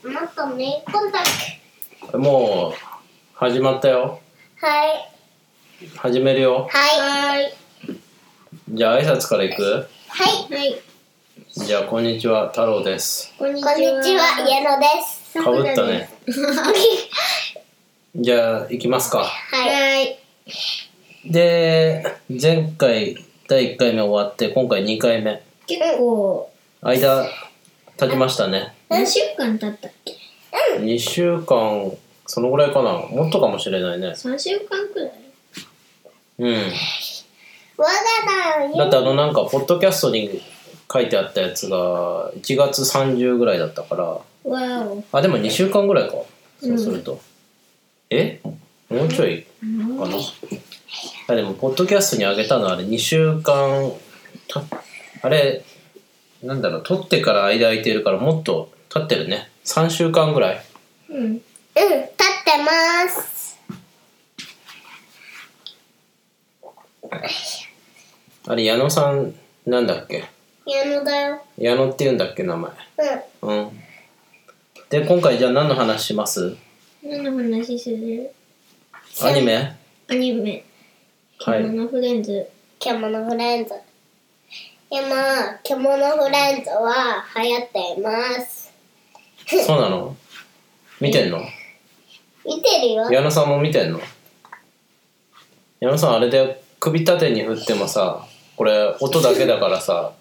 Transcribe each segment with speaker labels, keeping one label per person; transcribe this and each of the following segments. Speaker 1: トねコンタク
Speaker 2: もう始まったよ
Speaker 1: トはい
Speaker 2: 始める
Speaker 1: はい
Speaker 2: よ
Speaker 1: はい
Speaker 2: じゃあ挨拶からいく
Speaker 1: はい
Speaker 2: じゃあこんにちは太郎です
Speaker 1: こんにちは矢野です
Speaker 2: かぶったねじゃあ行きますか
Speaker 1: はい
Speaker 2: で前回第1回目終わって今回2回目
Speaker 3: 結構
Speaker 2: 間経ちましたね
Speaker 3: 何週間経ったっけ
Speaker 2: 2週間そのぐらいかなもっとかもしれないね
Speaker 3: 3週間くらい
Speaker 2: うん
Speaker 1: 我が名
Speaker 2: だってあのなんかポッドキャストに書いてあったやつが1月30ぐらいだったから
Speaker 3: わお
Speaker 2: あでも2週間ぐらいかそうすると、えもうちょいかな、あでもポッドキャストにあげたのあれ2週間たあれなんだろう撮ってから間空いてるからもっと経ってるね3週間ぐらい
Speaker 3: うん
Speaker 1: うん立ってます
Speaker 2: あれ矢野さんなんだっけ
Speaker 1: 矢野だよ
Speaker 2: 矢野って言うんだっけ名前
Speaker 1: うん
Speaker 2: うんで今回じゃあ何の話します
Speaker 3: 何の話する
Speaker 2: アニメ
Speaker 3: アニメ「
Speaker 2: はい
Speaker 3: 獣フレンズ
Speaker 1: 獣フレンズ今獣フレンズは流行っています
Speaker 2: そうなの見てんの
Speaker 1: 見てるよ
Speaker 2: 矢野さんも見てんの矢野さんあれで首縦に振ってもさこれ音だけだからさ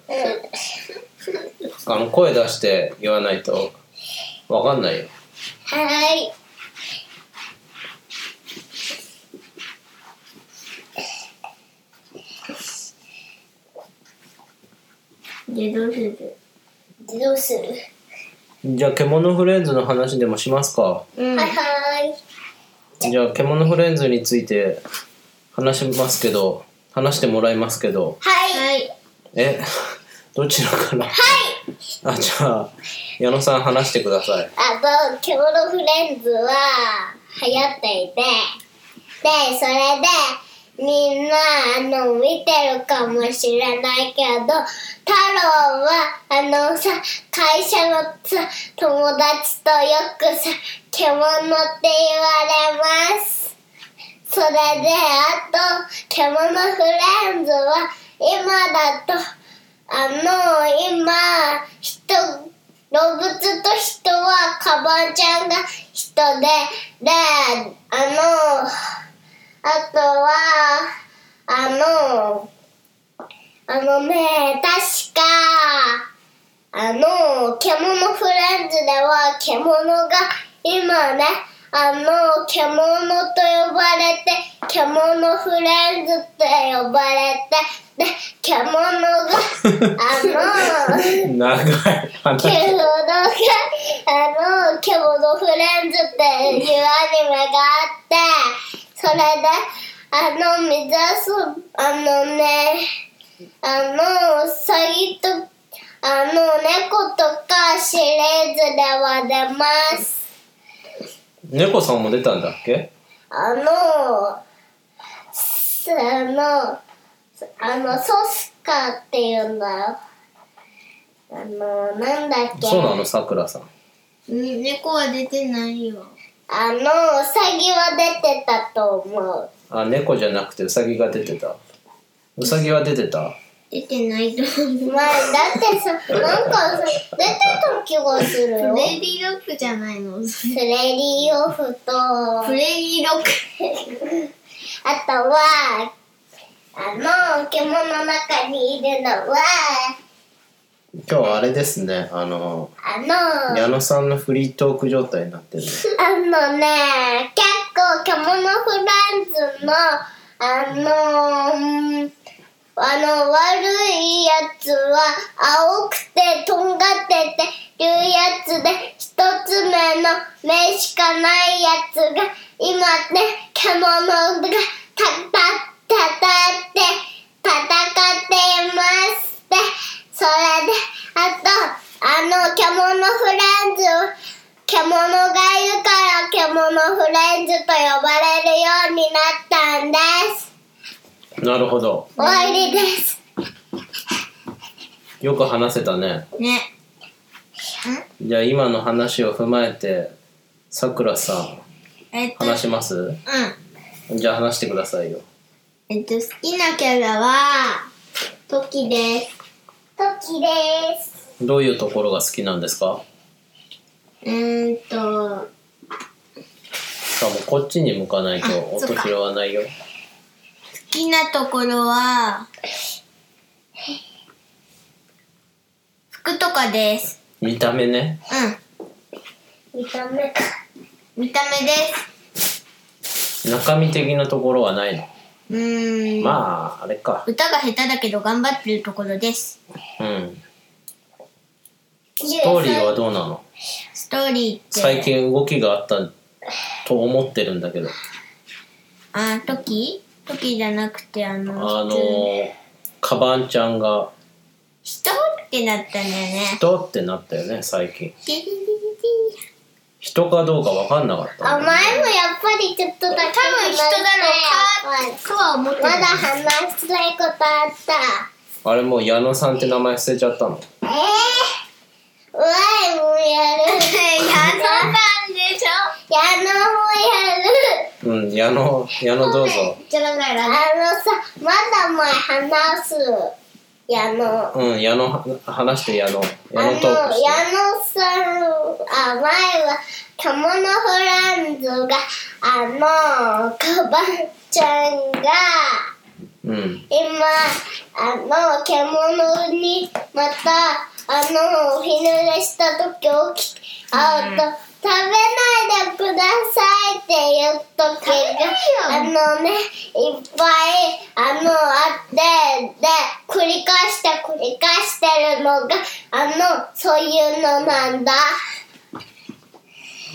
Speaker 2: あの声出して言わないとわかんないよ
Speaker 1: はい
Speaker 3: でどうする
Speaker 1: どうする
Speaker 2: じゃあ「獣フレンズ」の話でもしますか
Speaker 3: うん
Speaker 1: はいはい
Speaker 2: じゃあ「獣フレンズ」について話しますけど話してもらいますけど
Speaker 1: はい
Speaker 3: はい
Speaker 2: え どちらから はいあじゃあ矢野さん話してください
Speaker 1: あと獣フレンズは流行っていてでそれでみんなあの見てるかもしれないけど太郎はあのさ会社のさ友達とよくさ獣って言われますそれであと獣フレンズは今だとあの今人動物と人はカバンちゃんが人でであのあとはあのあのね確かあの獣フレンズでは獣が今ねあの獣と呼ばれて獣フレンズって呼ばれてで獣があの
Speaker 2: 長い
Speaker 1: 獣
Speaker 2: 話
Speaker 1: が、あの、獣フレンズっていうアニメがあって、それで、あの、水遊び、あのね、あの、サギと、あの、猫とかシリーズでは出ます。
Speaker 2: 猫さんも出たんだっけ
Speaker 1: あの、その、あの、ソスカっていうんだよ。あの、なんだっけ。
Speaker 2: そうなのさくらさん
Speaker 3: ね猫は出てないよ
Speaker 1: あの、うさぎは出てたと思う。
Speaker 2: あ猫じゃなくてウサギが出てたウサギは出てた
Speaker 3: 出てないと思う
Speaker 1: まあ、だってさ、なんかさ、出てた気がするよ
Speaker 3: プ。レイリーロックじゃない の
Speaker 1: プレリーオフと、あ
Speaker 3: プレイリーロック
Speaker 1: とは、あの、獣の中にいるのは、
Speaker 2: 今日はあれですねあの
Speaker 1: あの、
Speaker 2: 矢野さんのフリートーク状態になってるね
Speaker 1: あのね、結構キャモノフランズの、あのうんあの悪いやつは青くてとんがってていうやつで一つ目の目しかないやつが今ね獣がたたたたって戦っていますでそれであとあの獣フレンズは獣がいるから獣フレンズと呼ばれるようになったんです
Speaker 2: なるほど
Speaker 1: 終わりです
Speaker 2: よく話せたね
Speaker 3: ね
Speaker 1: ゃん
Speaker 2: じゃあ今の話を踏まえてさくらさん
Speaker 3: えっと、うん。
Speaker 2: 話しますじゃあ話してくださいよ
Speaker 3: えっと、好きなキャラは、トキです。
Speaker 1: トキです
Speaker 2: どういうところが好きなんですか
Speaker 3: うーんと、
Speaker 2: しかもこっちに向かないと
Speaker 3: あそ
Speaker 2: 音
Speaker 3: っか
Speaker 2: 拾わないよ
Speaker 3: 好きなところは、服とかです。
Speaker 2: 見た目ね
Speaker 1: 見た目か
Speaker 3: うん。見た目です。
Speaker 2: 中身的なところはないの
Speaker 3: うーん。
Speaker 2: まああれか
Speaker 3: 歌が下手だけど頑張ってるところです。
Speaker 2: うん
Speaker 1: ス
Speaker 2: ストーリーはどうなの
Speaker 3: ストーリーって。
Speaker 2: 最。近動きがあったと思ってるんだけど
Speaker 3: あ、トキトキじゃなくて、あの、
Speaker 2: あの
Speaker 3: 普通に
Speaker 2: ーカバンちゃんが
Speaker 3: 人ってなったんだよね。
Speaker 2: 人ってなったよね最近
Speaker 3: ヒヒヒヒヒ
Speaker 2: 人かどうか分かんなかった
Speaker 1: あ前もやっぱりちょっとだけ
Speaker 3: 多分人だろう
Speaker 1: やっ
Speaker 3: かとは思って
Speaker 1: ぱり
Speaker 3: る
Speaker 1: まだ話したいことあった
Speaker 2: あれもう矢野さんって名前捨てちゃったの
Speaker 1: ええー、わいもやる。
Speaker 3: やだなんでしょ
Speaker 1: 矢野もやる。
Speaker 2: うん矢野矢野どうぞ
Speaker 3: じゃだか
Speaker 1: あ
Speaker 3: ら、
Speaker 1: のさ、まだ前話す。矢野。あ
Speaker 2: うん矢野は話して矢野
Speaker 1: の、
Speaker 2: 矢
Speaker 1: 矢
Speaker 2: 野トークして
Speaker 1: 野さん、あ、前は、タモノフランズが、あの、カバンちゃんが、
Speaker 2: うん
Speaker 1: 今、あの、獣に、また、あの、お昼寝した時起き、あうと、食べないでくださいって言う時が、あのね、いっぱい、あの、あって、で、繰り返して繰り返してるのが、あの、そういうのなんだ。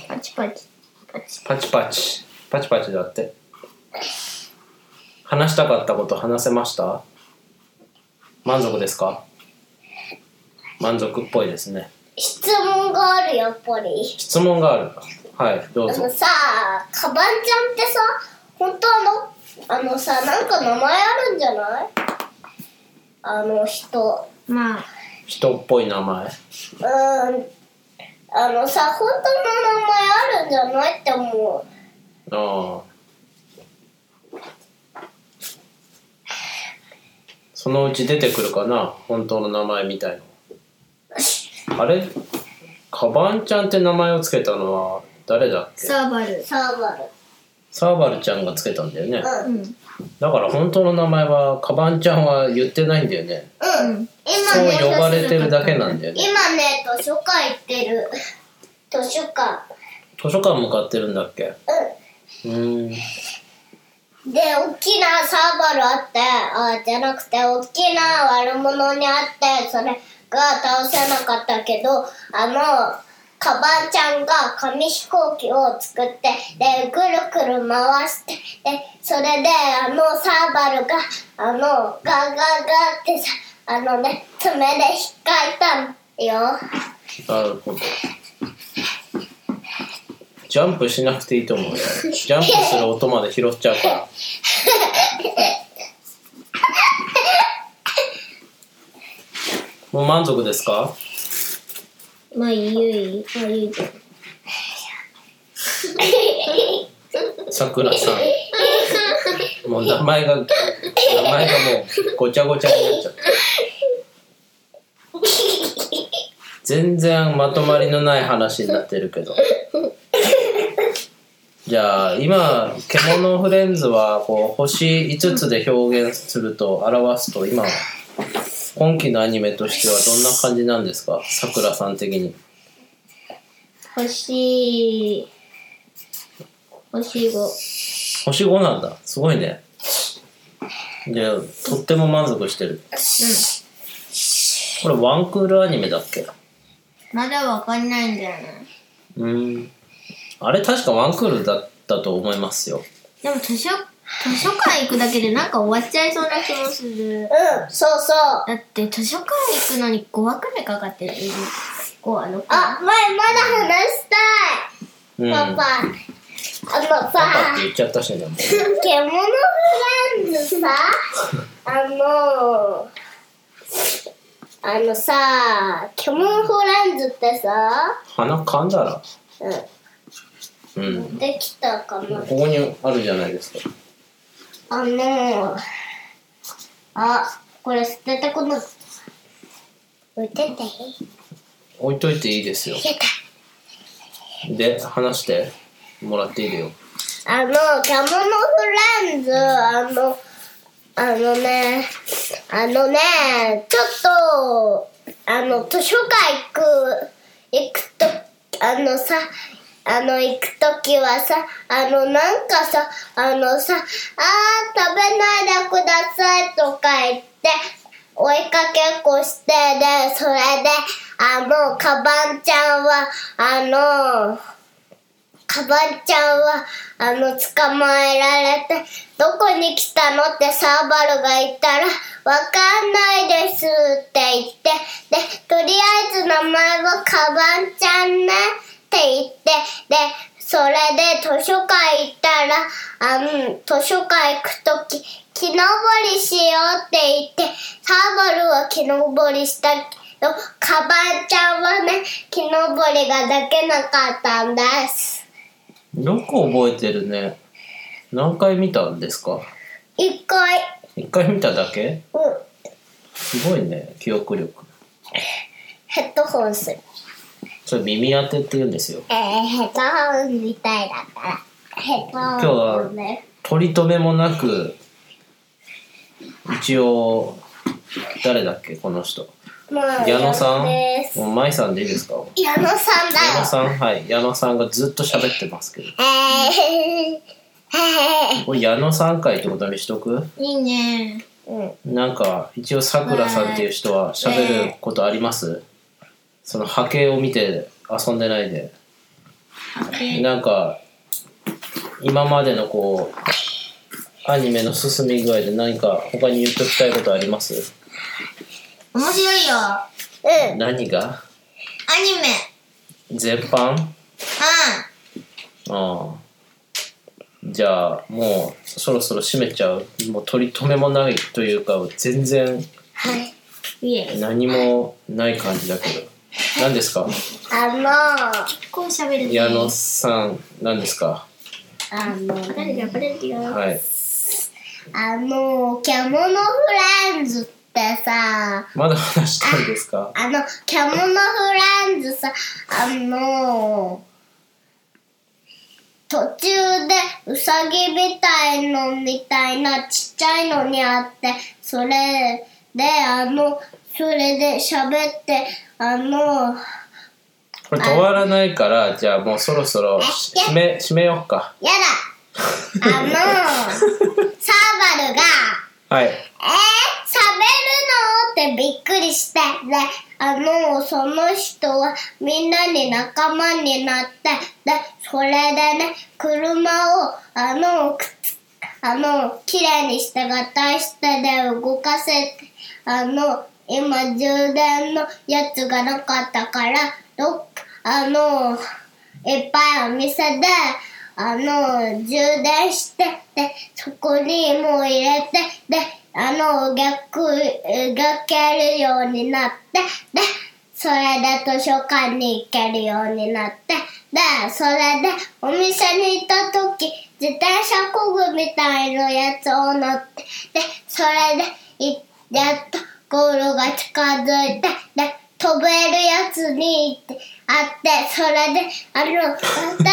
Speaker 3: パチパチ。パチ。
Speaker 2: パチパチパチパチだって話したかったこと話せました満足ですか満足っぽいですね
Speaker 1: 質問がある、やっぱり。
Speaker 2: 質問があるかはいどう
Speaker 1: あの
Speaker 2: ぞ
Speaker 1: さ、カバンちゃんってさ、本当あの、あのさ、なんか名前あるんじゃないあの人。
Speaker 3: まあ、
Speaker 2: 人っぽい名前
Speaker 1: うーん。あのさ、本当の名前あるんじゃないって思う。
Speaker 2: ああそのうち出てくるかな本当の名前みたいのあれカバンちゃんって名前をつけたのは誰だっけ
Speaker 3: サーバル。
Speaker 1: サーバル。
Speaker 2: サーバルちゃんがつけたんだよね
Speaker 1: うん。
Speaker 3: う
Speaker 1: うん。
Speaker 3: ん。
Speaker 2: だから本当の名前はカバンちゃんは言ってないんだよね
Speaker 3: うん。
Speaker 2: そう
Speaker 1: 今ね、
Speaker 2: 呼ばれてるだけなんだよね
Speaker 1: 今ね、図書館行ってる。図書館。
Speaker 2: 図書館向かってるんだっけうー
Speaker 1: うん。
Speaker 2: ん
Speaker 1: で、大きなサーバルあって、あ、じゃなくて、大きな悪者にあって、それが倒せなかったけど、あの、カバンちゃんが紙飛行機を作って、で、ぐるくる回して、で、それで、あの、サーバルが、あの、ガーガーガーってさ、あのね、爪で引っかいたんよ。
Speaker 2: なるほどジャンプしなくていいと思うよジャンプする音まで拾っちゃう からもう満足ですか
Speaker 3: まあ、ゆい。まあ、ゆいじゃん。
Speaker 2: さくらさんもう名前が名前がもうごちゃごちゃになっちゃった全然まとまりのない話になってるけどじゃあ今「獣フレンズ」はこう星5つで表現すると表すと今今期のアニメとしてはどんな感じなんですかさくらさん的に
Speaker 3: 星、星5。
Speaker 2: 星5なんだすごいねでとっても満足してるこれワンクールアニメだっけ
Speaker 3: まだわかんないんじゃない
Speaker 2: うんあれ確かワンクールだったと思いますよ
Speaker 3: でも図書、図書館行くだけでなんか終わっちゃいそうな気もす
Speaker 1: う
Speaker 3: る。
Speaker 1: ん、そうそう。
Speaker 3: だって図書館行くのに5話くらいかかってる。5話の。
Speaker 1: あ、前まだ話したい。
Speaker 2: うん
Speaker 1: パパ、あの
Speaker 2: パパ
Speaker 1: さ
Speaker 2: っ、て言っちゃったしねもう
Speaker 1: 獣フ ランズさ、あの、あのさ、キョモンフランズってさ、
Speaker 2: 鼻かんだら。
Speaker 1: う
Speaker 2: うん。
Speaker 1: ん、できたか
Speaker 2: こ
Speaker 1: も。
Speaker 2: こにあるじゃないですか。
Speaker 1: あの、あ、これ捨ててこな置いてて。
Speaker 2: 置いといていいですよ。
Speaker 1: 消えた。
Speaker 2: で、話してもらっていいよ。
Speaker 1: あの、キャモノフランズ、あの、あのね、あのね、ちょっと、あの、図書館行く、行くと、あのさ、あの、行くときはさ、あの、なんかさ、あのさ、あー、食べないでくださいとか言って、追いかけっこして、で、それで、あの、カバンちゃんは、あの、カバンちゃんはあの捕まえられてどこに来たのってサーバルが言ったら「わかんないです」って言ってでとりあえず名前はカバンちゃんねって言ってでそれで図書館行ったらあの図書館行くとき木登りしようって言ってサーバルは木登りしたけどカバンちゃんはね木登りができなかったんです。
Speaker 2: よく覚えてるね。何回見たんですか
Speaker 1: 一回、
Speaker 2: 一回見ただけ
Speaker 1: うん、
Speaker 2: すごいね、記憶力。
Speaker 1: ヘッドホンする。
Speaker 2: それ耳当てって言うんですよ。
Speaker 1: えー、ヘッドホンみたいだから。ヘッドホンね。
Speaker 2: 取り留めもなく、一応、誰だっけこの人。
Speaker 1: もう、
Speaker 2: 矢野さん
Speaker 1: です
Speaker 2: もう舞さんでいいですか
Speaker 1: 矢野さんだ
Speaker 2: 矢野
Speaker 1: よ。
Speaker 2: さん、はい。矢野さんがずっと喋ってますけど。
Speaker 1: えー、
Speaker 2: これ矢野さん会ってことにしとく
Speaker 3: いいね。
Speaker 1: うん。
Speaker 2: なんか一応さくらさんっていう人は喋ることありますその波形を見て遊んでないでなんか今までのこうアニメの進み具合で何か他に言っときたいことあります
Speaker 3: 面白いよ。ア
Speaker 1: うん。
Speaker 2: 何が
Speaker 3: ニメ。
Speaker 2: 全般
Speaker 3: う
Speaker 2: ああじゃあもうそろそろ閉めちゃうもう取り留めもないというか全然
Speaker 1: はい。
Speaker 3: ん。いえ。
Speaker 2: 何もない感じだけど何ですか
Speaker 1: あ
Speaker 3: 結構喋るね。
Speaker 2: 矢野さん何ですか
Speaker 1: の、あの、
Speaker 3: 誰がれるよ。
Speaker 2: はい
Speaker 1: あの、キャモノフランズってさ、
Speaker 2: まだ話したいですか
Speaker 1: あの、キャモノフランズさ、あの、途中でウサギみたいのみたいなちっちゃいのにあって、それで、あの、それで喋って、あの、
Speaker 2: これ止まらないからじゃあもうそろそろ締め締めよっか
Speaker 1: やだあの、サーバルが、
Speaker 2: はい
Speaker 1: えー、喋るのってびっくりして、で、あの、その人はみんなに仲間になって、で、それでね、車を、あの、くつあの、綺麗にして合体してで動かせて、あの、今充電のやつがなかったから、どっか、あの、いっぱいお店で、あの、充電して、で、そこにもう入れて、で、あの、逆、動けるようになって、で、それで図書館に行けるようになって、で、それでお店に行った時、自転車工具みたいなやつを乗って、で、それで、いやっとゴールが近づいて、で、飛べるやつにってあって、それで、あの、私は仲間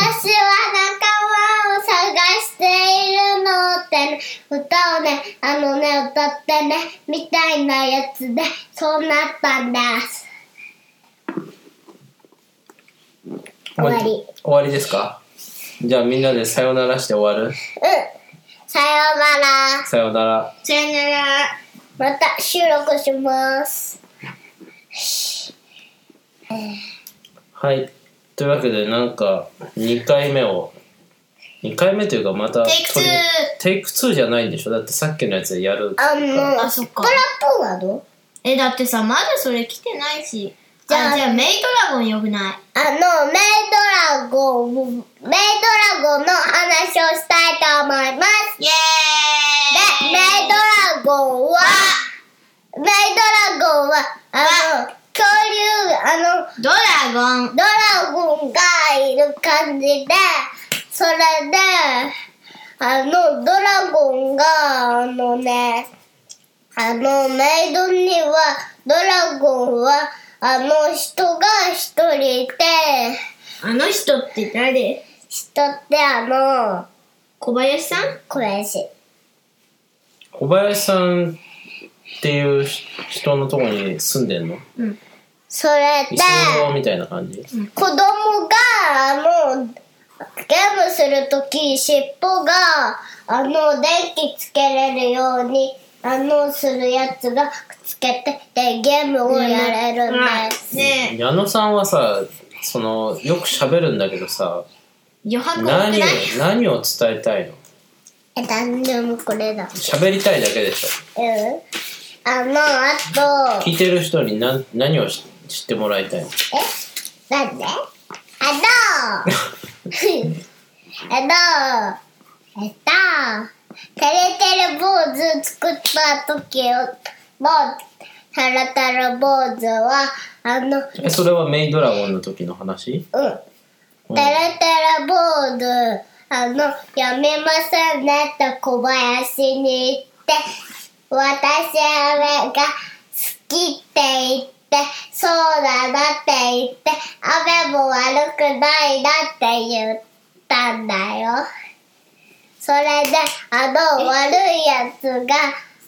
Speaker 1: を探しているのってね、歌をね、あのね、歌ってね、みたいなやつで、そうなったんです。終わり
Speaker 2: 終わりですかじゃあみんなでさよならして終わる
Speaker 1: うん。さようなら。
Speaker 2: さよなら
Speaker 3: さよなら。
Speaker 1: また収録します。
Speaker 2: はいというわけでなんか2回目を2回目というかまた
Speaker 3: テイクツー
Speaker 2: 取りテイク2じゃないんでしょだってさっきのやつでやる
Speaker 1: あの、
Speaker 3: あそっか
Speaker 1: トラップなの
Speaker 3: え、だってさ、まだそれ来てないし。
Speaker 1: じ
Speaker 3: じ
Speaker 1: ゃあ
Speaker 3: ゃあ、じゃあ、メイドラゴンよくない
Speaker 1: あの、メイドラゴン、メイドラゴンの話をしたいと思います。
Speaker 3: イエ
Speaker 1: で、メイドラゴンは、メイドラゴンは、あ
Speaker 3: ドラゴン。
Speaker 1: ドラゴンがいる感じで、それで、あの、ドラゴンが、あのね、あの、メイドには、ドラゴンは、あの人が一人いて、
Speaker 3: あの人って誰
Speaker 1: 人ってあの、
Speaker 3: 小林さん
Speaker 1: 小林。
Speaker 2: 小林さんっていう人のとこに住んでんの
Speaker 3: うん。
Speaker 1: それで
Speaker 2: 居、候みたいな感じ、
Speaker 1: 子供が、あの、ゲームするとき、尻尾が、あの、電気つけれるように、あの、するやつがつけて、で、ゲームをやれるんです。
Speaker 3: ね
Speaker 2: 矢野さんはさそのよく喋るんだけどさ
Speaker 3: え、余白多くな
Speaker 2: 何
Speaker 3: い
Speaker 2: を何を伝えたいの
Speaker 1: え、何でもこれだ。
Speaker 2: 喋りたいだけでしょ
Speaker 1: うん。あの、あと、
Speaker 2: 聞いてる人に何何をし知ってもらいたいの
Speaker 1: えなんであの、あの、えっと、てれてる坊主作ったときの、たらたら坊主は、あの、うん、て
Speaker 2: えそれはメイドラゴンの時の話、うん
Speaker 1: れてる坊主、あの、やめませんねって小林に言って、私は雨が好きって言って、そうだなって言って、雨も悪くないなって言ったんだよ。それで、あの悪いやつが、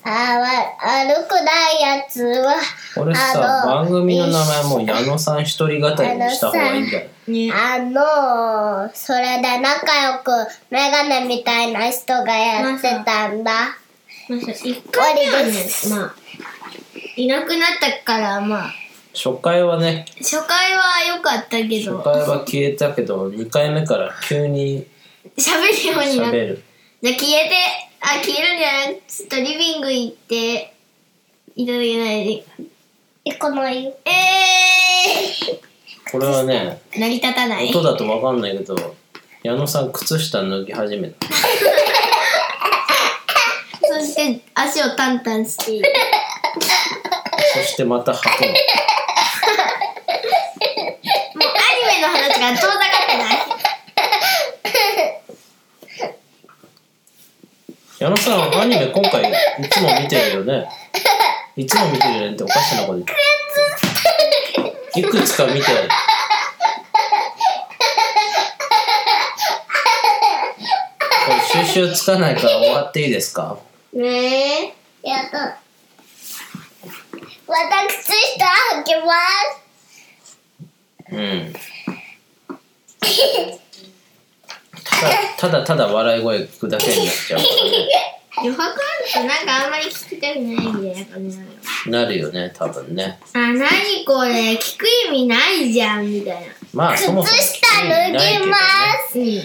Speaker 1: あわ悪くないやつは、
Speaker 2: 俺さ
Speaker 1: あの
Speaker 2: 番組の名前もう矢野さん一人語りにした方がいいんだよ
Speaker 3: ね
Speaker 1: あのー、それで仲良くメガネみたいな人がやってたんだ。
Speaker 3: まあさ、一回目は
Speaker 1: 終わり
Speaker 3: ね
Speaker 1: で、
Speaker 3: まあ、いなくなったから、まあ、
Speaker 2: 初回はね
Speaker 3: 初回は良かったけ
Speaker 2: 初
Speaker 3: ど、
Speaker 2: 回は消えたけど2回目から急に
Speaker 3: 喋るようになっ
Speaker 2: 喋
Speaker 3: た。
Speaker 2: る
Speaker 3: じゃあ消えて、あ、消えるんじゃなくて、ちょっとリビング行って、いただけないで。
Speaker 1: 行かないよ。
Speaker 3: え
Speaker 2: これはね
Speaker 3: ー、成り立たない。
Speaker 2: 音だと分かんないけど矢野さん靴下脱ぎ始めた
Speaker 3: そして、足をタンタン している。
Speaker 2: そしてまた履くの
Speaker 3: もうアニメの話が遠ざかってない。
Speaker 2: 矢野さんアニメ今回いつも見てるよねいつも見てるよねっておかしなこと言っていくつか見てこれ収集つかないから終わっていいですか
Speaker 1: ねえ。やった。私と履きます。
Speaker 2: うんただただただ笑い声聞くだけになっちゃうか
Speaker 3: 余白あるとなんかあんまり聞きたくないみたいな感じなのよ。
Speaker 2: らねなるよね多分ね
Speaker 3: あ、なにこれ、聞く意味ないじゃん、みたいな。
Speaker 2: まあそもそも
Speaker 1: 靴下脱ぎます。
Speaker 3: うん。暇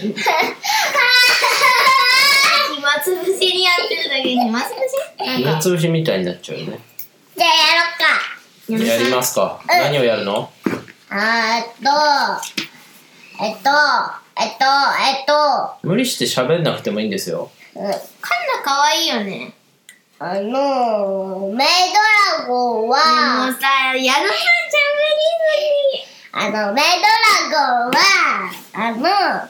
Speaker 3: つぶしにやってるだけで暇つぶし
Speaker 2: 暇つぶしみたいになっちゃうよね
Speaker 1: じゃあや
Speaker 3: やめ
Speaker 2: やり
Speaker 3: さ
Speaker 2: ますか何をやるの
Speaker 1: ろうか。あーっと、えっと、えっと、えっと、
Speaker 2: 無理して喋んなくてもいいんですよ
Speaker 1: うん
Speaker 3: カンナかわいいよね。
Speaker 1: あのー、メイドラゴン
Speaker 3: でも
Speaker 1: は、
Speaker 3: さ、矢野さん喋りすぎ。
Speaker 1: あの、メイドラゴンは、あの、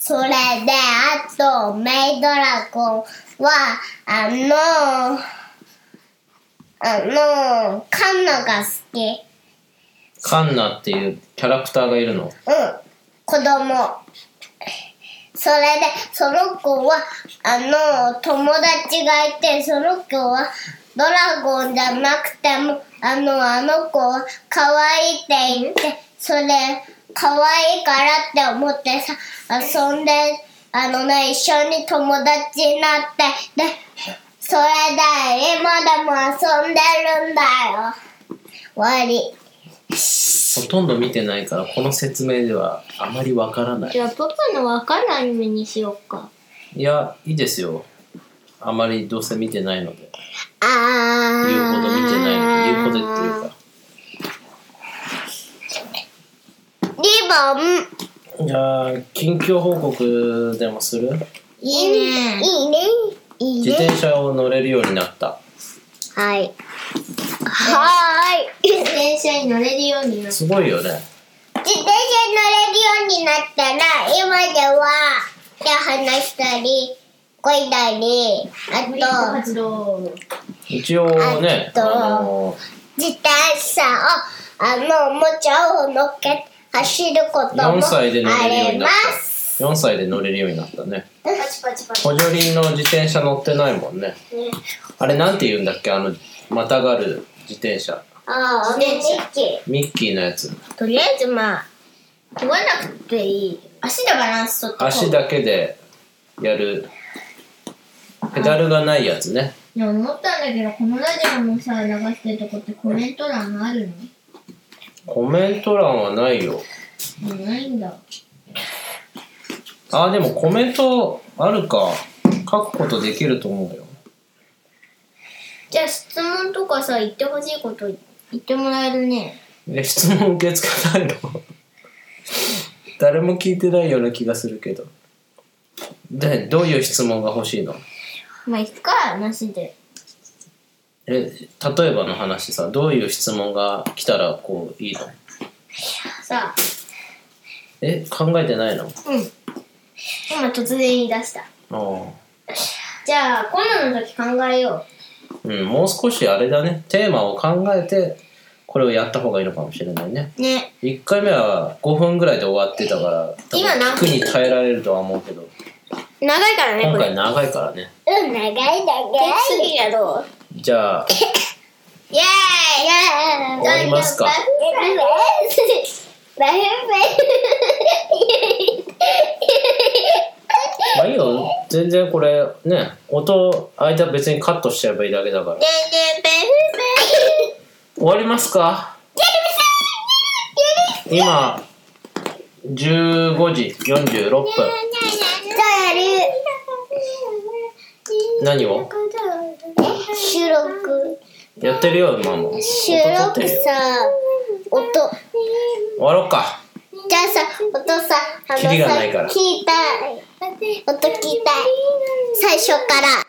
Speaker 1: それで、あと、メイドラゴンは、あの、あの、カンナが好き。
Speaker 2: カンナっていうキャラクターがいるの
Speaker 1: うん、子供。それで、その子は、あの、友達がいて、その子は、ドラゴンじゃなくても、あの、あの子は、可愛いって言って、それ、可愛いからって思ってさ、遊んで、あのね、一緒に友達になって、で、それで、今でも遊んでるんだよ。終わり。
Speaker 2: ほとんど見てないからこの説明ではあまりわからない
Speaker 3: じゃあパパのわかるアニメにしようか。
Speaker 2: いやいいですよあまりどうせ見てないので
Speaker 1: あ
Speaker 2: 言うほど見てないので言うほどっていうか
Speaker 1: リボン。
Speaker 2: じゃあ近況報告でもする
Speaker 3: いいね。
Speaker 1: いいね。いい
Speaker 2: 自
Speaker 1: ね。
Speaker 2: 転車を乗れるようになった
Speaker 1: はい。はーい。
Speaker 3: 自転車に乗れるようになる。
Speaker 2: すごいよね。
Speaker 1: 自転車に乗れるようになったら今では手離したりこいだりあと
Speaker 3: 活動。
Speaker 2: 一応ね、
Speaker 1: あと
Speaker 2: あの、
Speaker 1: 自転車をあのおもちゃを乗っけ走ることも
Speaker 2: 4歳で乗
Speaker 1: あ
Speaker 2: れるように
Speaker 1: り
Speaker 2: な
Speaker 1: ま
Speaker 2: っ
Speaker 1: す。
Speaker 2: た。4歳で乗れるようになったね。
Speaker 3: パチパチパチ。
Speaker 2: 補助輪の自転車乗ってないもんね。あれなんて言うんだっけあの、またがる自転車。
Speaker 1: ああ、おみき。
Speaker 2: ミッキーのやつ。
Speaker 3: とりあえずまあ、飛ばなくていい。足でバランス取ってこう
Speaker 2: 足。だけでやる。ペダルがないやつね。
Speaker 3: でも思ったんだけど、このラジオのさ、流してるとこってコメント欄あるの
Speaker 2: コメント欄はないよ。
Speaker 3: もうないんだ。
Speaker 2: あー、でもコメントあるか。書くことできると思うよ。
Speaker 3: じゃあ質問とかさ、言ってほしいこと言ってもらえるね。
Speaker 2: え、質問受け付けないの 誰も聞いてないような気がするけど。で、どういう質問が欲しいの
Speaker 3: まあ、いつかなしで。
Speaker 2: え、例えばの話さ、どういう質問が来たらこういいの
Speaker 3: さあ、
Speaker 2: え、考えてないの
Speaker 3: うん。今突然言い出した。
Speaker 2: あ
Speaker 3: じゃあ、今度の時考えよ
Speaker 2: あ。うん、もう少しあれだね。テーマを考えて、これをやった方がいいのかもしれないね。
Speaker 3: う。ね。
Speaker 2: 1回目は5分ぐらいで終わってたから、多
Speaker 3: 今
Speaker 2: 分
Speaker 3: 何
Speaker 2: 聞くに耐えられるとは思うけど、
Speaker 3: 長いからね、
Speaker 2: 今
Speaker 3: これ。
Speaker 2: 回長いからね。
Speaker 1: うん、長い長い。
Speaker 3: 次がどう
Speaker 2: じゃあ、
Speaker 1: イェーイ
Speaker 2: 終わりますか
Speaker 1: バフバフバフ
Speaker 2: まあいいよ、全然これね、音、間別にカットしちゃえばいいだけだから。終わりますか今、15時46分。何を
Speaker 1: 収録
Speaker 2: やってるよ、今も。
Speaker 1: 収
Speaker 2: 音撮って
Speaker 1: 録
Speaker 2: るよ
Speaker 1: さ音
Speaker 2: 終わろうか。
Speaker 1: じゃあさ音さあのさ
Speaker 2: キリがないから
Speaker 1: 聞いたい音聞いたい最初から